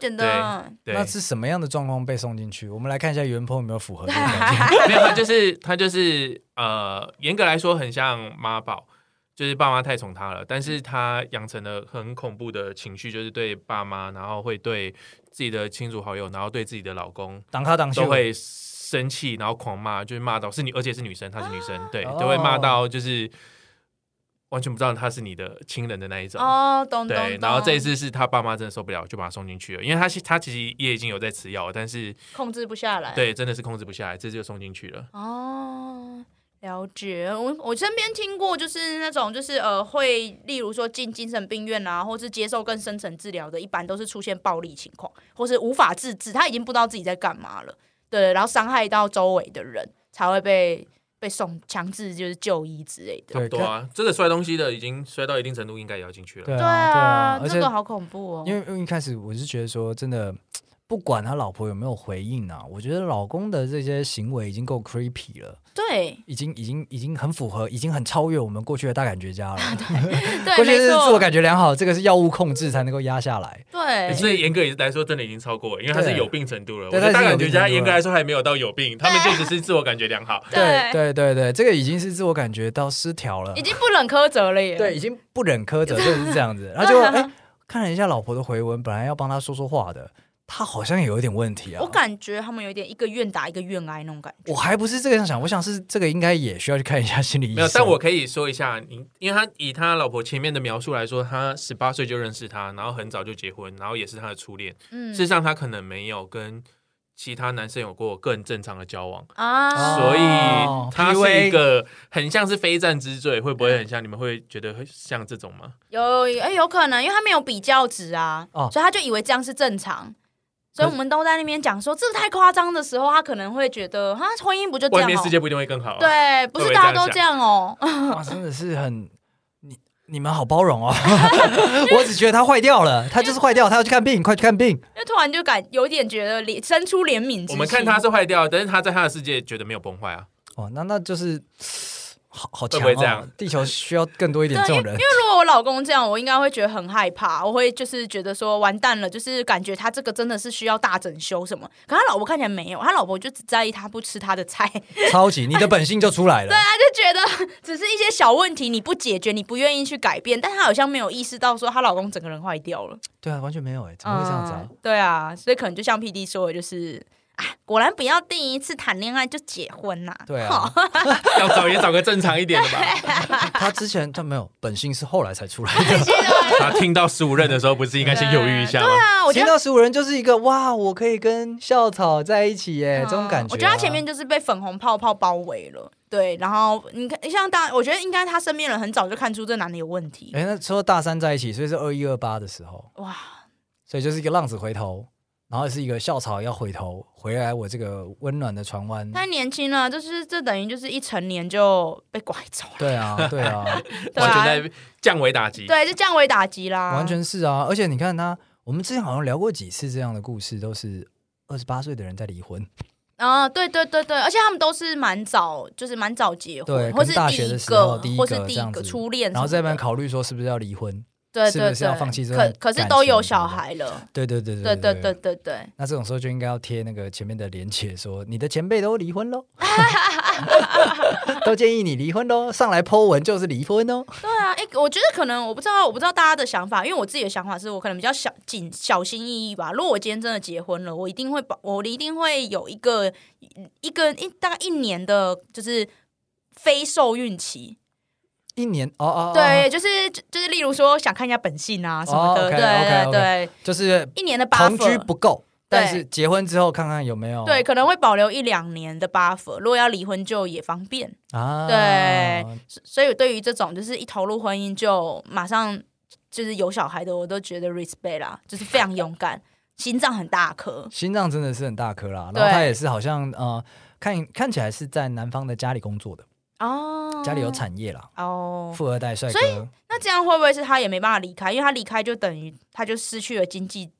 S2: 真的啊，
S3: 对，
S1: 那是什么样的状况被送进去？我们来看一下原 po 有没有符合这个条件。
S3: 没有，他就是他就是呃，严格来说很像妈宝，就是爸妈太宠他了，但是他养成了很恐怖的情绪，就是对爸妈，然后会对自己的亲族好友，然后对自己的老公
S1: 挡他挡去
S3: 都，会生气，然后狂骂，就是骂到是女，而且是女生，她是女生，对，
S1: 哦
S3: 都会骂到就是完全不知道她是你的亲人的那一种。
S2: 哦，懂懂
S3: 对
S2: 懂。，
S3: 然后这一次是他爸妈真的受不了，就把他送进去了，因为他其他其实也已经有在吃药，但是
S2: 控制不下来，，
S3: 对真的是控制不下来，这次就送进去了。
S2: 哦。了解，我我身边听过，就是那种就是呃，会例如说进精神病院啊，或是接受更深层治疗的，一般都是出现暴力情况，或是无法自制，他已经不知道自己在干嘛了，对，然后伤害到周围的人，才会被被送强制就是就医之类的。
S1: 对
S3: 对啊，这个摔东西的已经摔到一定程度，应该也要进去了。
S1: 对啊，
S2: 对
S1: 对啊，而
S2: 这
S1: 且
S2: 个好恐怖哦。
S1: 因为因为一开始我是觉得说，真的不管他老婆有没有回应啊，我觉得老公的这些行为已经够 creepy 了，
S2: 对
S1: 已经已经已经很符合，已经很超越我们过去的大感觉家 了。
S2: 啊对，
S1: 过去
S2: 没
S1: 是
S2: 错，
S1: 自我感觉良好，这个是药物控制才能够压下来。
S2: 对，
S3: 所以严格来说，真的已经超过了，因为他
S1: 对
S3: 是有病程度了。我
S1: 对
S3: 觉得
S1: 他
S3: 大
S1: 已经有
S3: 感觉
S1: 病程度
S3: 家
S1: 了
S3: 严格来说还没有到有病，他们就只是自我感觉 良好。
S2: 对
S1: 对对对，这个已经是自我感觉到失调了
S2: 已，经不忍苛责了耶。
S1: 对，已经不忍苛 责，就是这样子。然后
S2: 啊
S1: 就哎，看了一下老婆的回文，本来要帮他说说话的，他好像也有一点问题啊。
S2: 我感觉他们有点一个愿打一个愿挨那种感觉。
S1: 我还不是这个想，我想是这个应该也需要去看一下心理医生。
S3: 没有，但我可以说一下，你因为他以他老婆前面的描述来说，他十八岁就认识他，然后很早就结婚，然后也是他的初恋。
S2: 嗯
S3: 事实上，他可能没有跟其他男生有过更正常的交往，
S2: 啊，
S3: 所以
S1: 哦
S3: 他
S1: PUA
S3: 是一个很像是非战之罪，会不会很像？你们会觉得会像这种吗？
S2: 有哎、有可能，因为他没有比较值啊，
S1: 哦
S2: 所以他就以为这样是正常。所以
S1: 可
S2: 我们都在那边讲说，这个太夸张的时候，他可能会觉得，啊，婚姻不就这
S3: 外
S2: 样、
S3: 面
S2: 哦？
S3: 世界不一定会更好、啊。
S2: 对，不是大家都这样哦。
S1: 哇，真的是很你你们好包容哦。 我只觉得他坏掉了，他就是坏掉，他要去看病，快去看病。
S2: 就突然就感有点觉得怜，生出怜悯之心。
S3: 我们看他是坏掉，但是他在他的世界觉得没有崩坏啊。
S1: 哦，那那就是好好
S3: 会
S1: 强
S3: 不会这
S1: 哦
S3: 样！
S1: 地球需要更多一点
S2: 对，啊
S1: 这
S2: 因为
S1: 种
S2: 因
S1: 人
S2: 为。如果我老公这样，我应该会觉得很害怕，我会就是觉得说完蛋了，就是感觉他这个真的是需要大整修什么。可他老婆看起来没有，他老婆就只在意他不吃他的菜，
S1: 超级，你的本性就出来了。
S2: 他就觉得只是一些小问题，你不解决，你不愿意去改变，但他好像没有意识到说她老公整个人坏掉了。
S1: 对啊，完全没有哎、怎么会这样子啊？
S2: 嗯对啊，所以可能就像 P D 说的，就是。啊，果然不要第一次谈恋爱就结婚呐、
S1: 对啊，
S3: 要找也找个正常一点的 吧。
S1: 他之前他没有本性是后来才出来的。
S3: 他听到十五任的时候，不是应该先犹豫一下吗？
S2: 对啊，我觉
S1: 听
S2: 得
S1: 到十五人就是一个哇，我可以跟校草在一起耶，这种
S2: 嗯
S1: 感觉啊、
S2: 我觉得他前面就是被粉红泡泡包围了。对，然后你看，像大，我觉得应该他身边人很早就看出这男的有问题。
S1: 哎、那说大三在一起，所以是二一二八的时候，
S2: 哇，
S1: 所以就是一个浪子回头，然后是一个校草要回头回来我这个温暖的船湾。
S2: 太年轻了，就是这等于就是一成年就被拐走了，
S1: 对 啊，对啊，
S2: 对啊
S3: 完全在降维打击。
S2: 对，就降维打击啦，
S1: 完全是啊。而且你看他，我们之前好像聊过几次这样的故事，都是二十八岁的人在离婚。
S2: 啊、对对对对，而且他们都是蛮早，就是蛮早结
S1: 对
S2: 婚，或
S1: 可
S2: 是
S1: 能大
S2: 第
S1: 学
S2: 一
S1: 的时候
S2: 个，
S1: 第一
S2: 或
S1: 个
S2: 是第
S1: 这样
S2: 一个
S1: 子
S2: 初恋什么的，
S1: 然后在那边考虑说是不是要离婚。
S2: 对
S1: 是
S2: 对
S1: 不是
S2: 对，
S1: 要放弃这段
S2: 可可是
S1: 感
S2: 都有
S1: 情
S2: 小
S1: 对
S2: 孩了，
S1: 对对对对
S2: 对对
S1: 对
S2: 对对对，
S1: 那这种时候就应该要贴那个前面的连结说你的前辈都离婚喽， 都建议你离婚喽，上来 Po 文就是离婚哦。
S2: 对啊，哎、我觉得可能我不知道，我不知道大家的想法，因为我自己的想法是我可能比较小谨小心翼翼吧。如果我今天真的结婚了，我一定会保，我一定会有一个一个一大概一年的，就是非受孕期。
S1: 一年哦哦，哦
S2: 对，，就是就就是例如说想看一下本性啊什么的，
S1: 哦，OK，
S2: 对对
S1: OK，OK
S2: 对，
S1: 就是
S2: 一年的
S1: 同居
S2: buffer。
S1: 不够，但
S2: 对
S1: 是结婚之后看看有没有
S2: 对，可能会保留一两年的 buffer，如果要离婚就也方便。
S1: 啊，
S2: 对，所所以对于这种就是一投入婚姻就马上就是有小孩的，我都觉得 respect 啦，就是非常勇敢，心脏很大颗。
S1: 心脏真的是很大颗啦。
S2: 对
S1: 然后他也是好像呃，看看起来是在南方的家里工作的，
S2: 哦，
S1: 家里有产业啦，
S2: 哦，
S1: 富二代帅
S2: 所
S1: 哥，
S2: 那这样会不会是他也没办法离开？因为他离开就等于他就失去了经济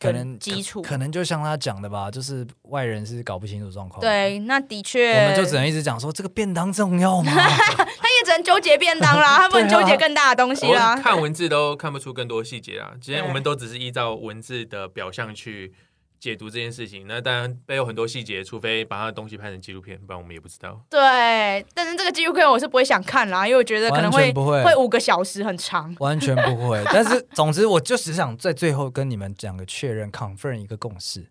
S1: 可能
S2: 基础。
S1: 可能就像他讲的吧，就是外人是搞不清楚状况。。
S2: 对，那的
S1: 哦我
S2: 确，
S1: 们就只能一直讲说这个便当重要吗？
S2: 他也只能纠结便当啦，他不能
S1: 对啊
S2: 纠结更大的东西
S3: 我
S2: 啦。
S3: 哦看文字都看不出更多细节啦。今天
S2: 对
S3: 我们都只是依照文字的表象去解读这件事情。那当然背后很多细节，除非把他的东西拍成纪录片，不然我们也不知道。
S2: 对，但是这个纪录片我是不会想看啦，因为我觉得可能
S1: 完
S2: 会
S1: 全不会
S2: 会五个小时很长。
S1: 完全不会。但是总之，我就只想在最后跟你们两个确认 confirm 一个共识：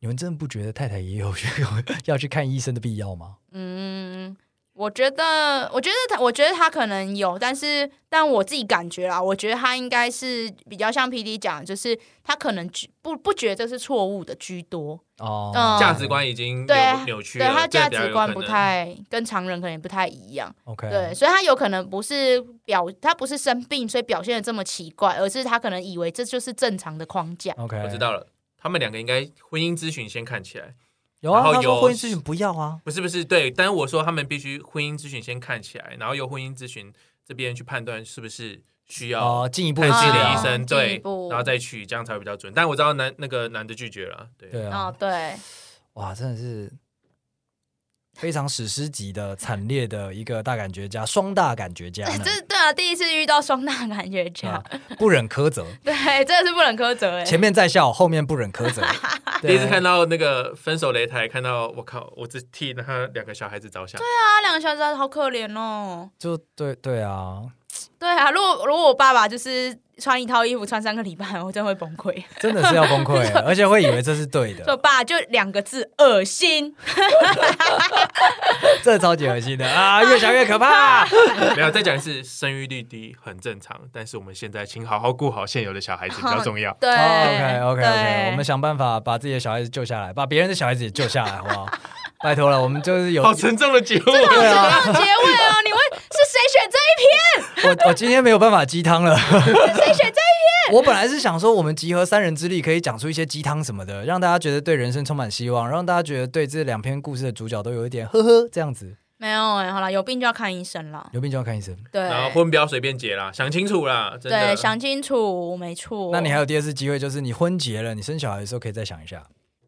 S1: 你们真的不觉得太太也有 要去看医生的必要吗？
S2: 嗯，我觉得，我觉得他，我觉得他可能有，但是，但我自己感觉啦，我觉得他应该是比较像 P D 讲，就是他可能居不不觉得这是错误的居多，
S1: 哦，
S2: 嗯
S3: 价值观已经
S2: 对
S3: 扭扭曲
S2: 对
S3: 了，
S2: 他
S3: 这
S2: 价
S3: 比较有
S2: 值观
S3: 可
S2: 不
S3: 能
S2: 太跟常人可能不太一样，
S1: OK，
S2: 对，所以他有可能不是表，他不是生病，所以表现的这么奇怪，而是他可能以为这就是正常的框架。
S1: ，OK，
S3: 我知。道了。他们两个应该婚姻咨询先看起来，
S1: 有啊，
S3: 然后
S1: 他说
S3: 有
S1: 婚姻咨询不要啊，
S3: 不是不是对，但是我说他们必须婚姻咨询先看起来，然后由婚姻咨询这边去判断是不是需要
S1: 哦，进一步
S3: 看
S1: 的治
S3: 心理
S1: 疗
S3: 医
S2: 啊
S3: 生，
S2: 进一
S3: 对
S2: 步，
S3: 然后再去，这样才会比较准。但我知道男那个男的拒绝了，对，
S1: 对啊
S2: 哦，，对，
S1: 哇，真的是非常史诗级的惨烈的一个大感觉家，双大感觉家 呢
S2: 这，是对啊，第一次遇到双大感觉这样
S1: 啊，不忍苛责。
S2: 对，真的是不能苛责哎、
S1: 前面在笑，后面不忍苛 责。
S3: 第一次
S1: 对
S3: 看到那个分手擂台，看到我靠，我只替他两个小孩子着想，
S2: 他欸啊两个小时好可怜哦。
S1: 就对对啊，
S2: 对啊，如果如果我爸爸就是穿一套衣服穿三个礼拜， 我真会崩溃。
S1: 真的是要崩 溃，而且会以为这是对
S2: 说
S1: 的，
S2: 爸就两个字，恶心。。
S1: 这超级恶心的啊！越想越可怕。
S3: 没有再讲一次，生育率低很正常，但是我们现在请好好顾好现有的小孩子比较重要
S2: 对、
S1: OK OK
S2: 对
S1: OK，我们哦想办法把自己的小孩子救下来，把别人的小孩子也救下来，好 不好？拜托了，我们就是有
S3: 好沉重的节目，
S1: 对啊，
S2: 这种结尾哦，你会是谁选这
S1: 我我今天没有办法鸡汤了。
S2: 一篇？是谁选这一
S1: 我本来是想说，我们集合三人之力，可以讲出一些鸡汤什么的，让大家觉得对人生充满希望，让大家觉得对这两篇故事的主角都有一点呵呵这样子。
S2: 没有哎、好了，有病就要看医生了。
S1: 有病就要看医生。
S2: 对，
S3: 然后婚不要随便结啦，想清楚啦，真的。
S2: 对，想清楚，没错。
S1: 那你还有第二次机会，就是你婚结了，你生小孩的时候可以再想一下。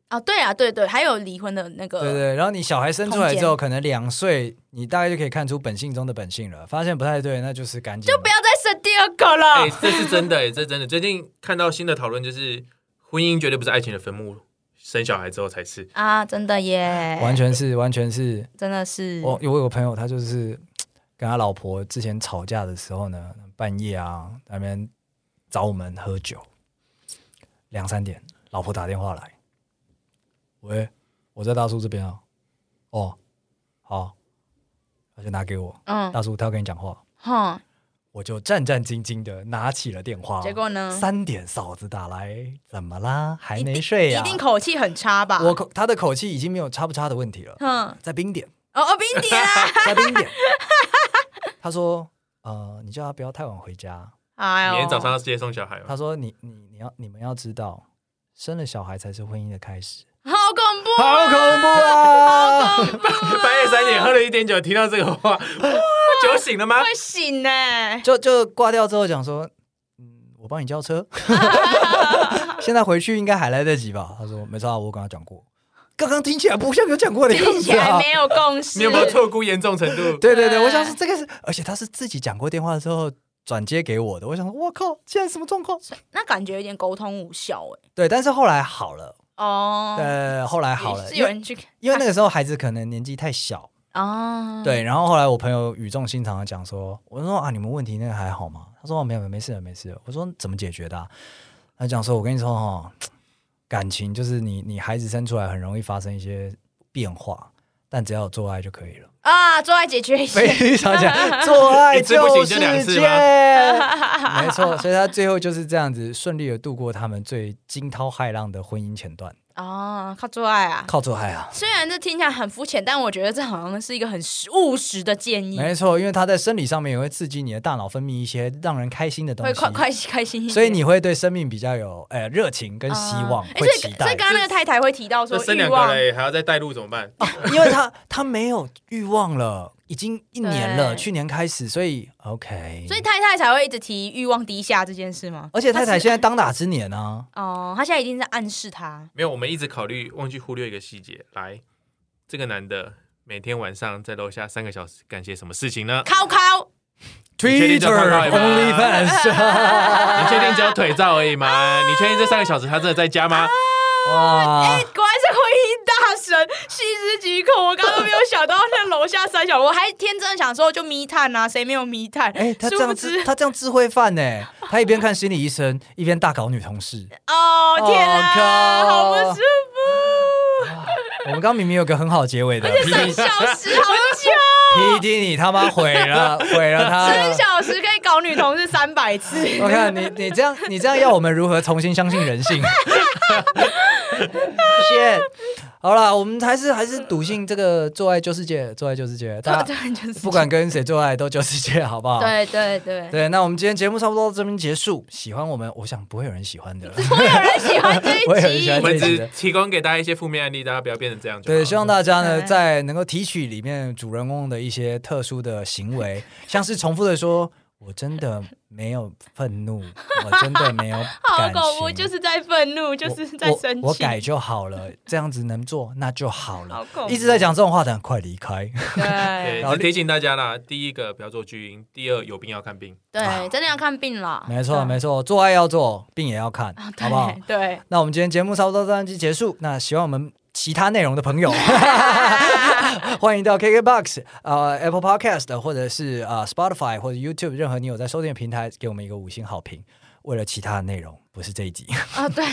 S2: 啊，对啊，对对，还有离婚的那个，
S1: 对对，然后你小孩生出来之
S2: 空
S1: 后，
S2: 间
S1: 可能两岁，你大概就可以看出本性中的本性了。发现不太对，那就是赶紧
S2: 就不要再生第二个了。
S3: 哎、这是真的、哎，这是真的。最近看到新的讨论，就是婚姻绝对不是爱情的坟墓，生小孩之后才是。
S2: 啊，真的耶，
S1: 完全是完全是。
S2: 真的是，
S1: 我我有个朋友，他就是跟他老婆之前吵架的时候呢，半夜啊在那边找我们喝酒，两三点，老婆打电话来，喂，我在大叔这边啊，哦，好，他就拿给我，
S2: 嗯，
S1: 大叔他要跟你讲话，
S2: 哼，
S1: 我就战战兢兢的拿起了电话。
S2: 结果呢
S1: 三点嫂子打来，怎么啦？还
S2: 一定
S1: 没睡呀、
S2: 一定口气很差吧？
S1: 我口他的口气已经没有差不差的问题了，
S2: 哼，
S1: 在冰点，
S2: 哦哦，冰 点啦，
S1: 在冰 点。他说：“呃，你叫他不要太晚回家。
S2: 哎呦，哦
S3: 明天早上要接送小孩”吗？
S1: 他说：“你你你要你们要知道，生了小孩才是婚姻的开始。
S2: 好恐”怖，
S1: 好恐怖啊！
S3: 半夜三点喝了一点酒，听到这个话，酒醒了吗？
S2: 会醒呢。
S1: 就就挂掉之后讲说，嗯，我帮你叫 车，现在回去应该还来得及吧？他说没差，我有跟他讲过，刚刚听起来不像有讲过的样
S2: 听
S1: 子
S2: 起来
S1: 啊。
S2: 没有共识，
S3: 你有没有错估严重程度？
S1: 对对对，
S2: 对
S1: 我想是这个是，而且他是自己讲过电话之后转接给我的，我想说，我靠，现在什么状况？
S2: 那感觉有点沟通无效哎。
S1: 对，但是后来好了，
S2: 哦，
S1: 呃，后来好
S2: 也
S1: 了，
S2: 是
S1: 因
S2: 有
S1: 为
S2: 人去
S1: 因为那个时候孩子可能年纪太小，
S2: 哦，，
S1: 对，然后后来我朋友语重心长的讲说，我说啊，你们问题那个还好吗？他说、哦、没有，没有没事的，没事的。我说怎么解决的啊、他讲说，我跟你说哦，感情就是你你孩子生出来很容易发生一些变化，但只要有做爱就可以了。
S2: 啊，做爱解决一下，
S1: 非常讲，做爱
S3: 一次不行
S1: 就
S3: 就两
S1: 是
S3: 次
S1: 界
S3: 吗，
S1: 没错。所以他最后就是这样子顺利的度过他们最惊涛骇浪的婚姻前段，
S2: 哦，靠做爱啊。
S1: 靠做爱啊。
S2: 虽然这听起来很肤浅，但我觉得这好像是一个很实务实的建议，
S1: 没错，因为它在生理上面也会刺激你的大脑分泌一些让人开心的东
S2: 会
S1: 西，
S2: 快快开心一点。
S1: 所以你会对生命比较有呃热情跟希望，
S2: 啊
S1: 会
S2: 诶所
S1: 期
S2: 以，所
S1: 待
S2: 以，刚刚那个太太会提到
S3: 这
S2: 说
S3: 生
S2: 欲
S3: 两个
S2: 望
S3: 了、哎还要再带路怎么办？
S1: 因为他他没有欲望了，已经一年了，
S2: 对
S1: 去年开始，所以 OK，
S2: 所以太太才会一直提欲望低下这件事吗？
S1: 而且太太现在当打之年啊，
S2: 哦，他现在一定在暗示他
S3: 没有，我们一直考虑，忘记忽略一个细节。来，这个男的每天晚上在楼下三个小时干些什么事情呢？
S2: 靠靠，
S3: 确定
S1: Twitter
S3: 这样看到了 吗
S1: OnlyFans，
S3: 你确定只有腿照而已
S1: 啊
S3: 吗？你确定这三个小时他真的在家吗？
S1: 哇，
S2: 果然是婚姻大神，细思极恐。我刚刚都没有想到那楼下三小，我还天真的想说就密探啊，谁没有密探？
S1: 哎，他这
S2: 殊不
S1: 样智
S2: 知
S1: 他这样智慧犯呢，他一边看心理医生，一边大搞女同事。
S2: 哦天
S1: 哦
S2: 啊，
S1: 靠
S2: 好不舒服，
S1: 我们刚刚明明有个很好结尾的，
S2: 三
S1: PD
S2: 小时好久，
S1: PD 你他妈毁 了毁了他了，
S2: 三小时可以搞女同事三百次。
S1: 我看 你，你这样，你这样要我们如何重新相信人性？ 谢。好了，我们还是还是笃信这个做爱救世界，做爱救世界，大家
S2: 对，就是
S1: 不管跟谁做爱都救世界，好不好？
S2: 对对 对，
S1: 对那我们今天节目差不多到这边结束。喜欢我们，我想不会有人喜欢的。
S2: 会有人喜欢这
S1: 我也
S2: 一
S1: 很喜欢
S2: 集
S3: 我。们
S1: 这一集
S3: 只
S1: 的
S3: 提供给大家一些负面案例，大家不要变成这样就好。
S1: 对，希望大家呢，
S2: 对
S1: 在能够提取里面主人公的一些特殊的行 为，像是重复的说“我真的没有愤怒，我真的没有
S2: 好
S1: 感情”，
S2: 恐怖，就是在愤怒，就是在生气。
S1: 我我。我改 就好了，这样子能做那就好了。
S2: 好恐怖
S1: 一直在讲这种话的，快离开！
S3: 对，
S2: 对
S1: 然后
S3: 只提醒大家啦，第一个不要做巨婴，第二有病要看病。
S2: 对，真的要看病了。
S1: 没错，没错，做爱要做，病也要看，
S2: 对
S1: 好不好？
S2: 啊对，
S1: 那我们今天节目差不多到这集结束。那喜欢我们其他内容的朋 友， 欢迎到 KKBox、呃 Apple Podcast 或者是呃 Spotify 或者 YouTube 任何你有在收听的平台，给我们一个五星好评。为了其他的内容，不是这一集。
S2: 啊对，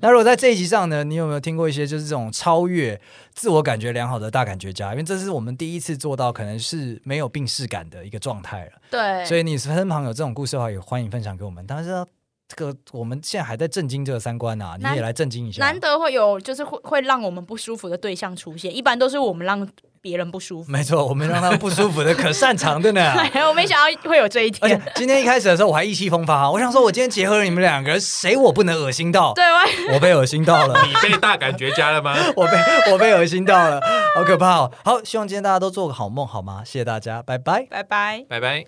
S1: 那如果在这一集上呢，你有没有听过一些就是这种超越自我感觉良好的大感觉家？因为这是我们第一次做到可能是没有病逝感的一个状态了。
S2: 对，
S1: 所以你身旁有这种故事的话，也欢迎分享给我们。但是啊这个我们现在还在震惊这个三观啊，你
S2: 难
S1: 也来震惊一下。
S2: 难得会有就是会会让我们不舒服的对象出现，一般都是我们让别人不舒服。
S1: 没错，我们让他不舒服的，可擅长的呢。
S2: 对， 我没想到会有这一
S1: 啊而且
S2: 天。
S1: 今天一开始的时候，我还意气风发、我想说，我今天结合了你们两个人，谁我不能恶心到？
S2: 对，我
S1: 我被恶心到 了。
S3: 你被大感觉家 了吗？
S1: 我被我被恶心到了，好可怕哦！好，希望今天大家都做个好梦，好吗？谢谢大家，拜拜。
S2: 拜拜。
S3: 拜拜。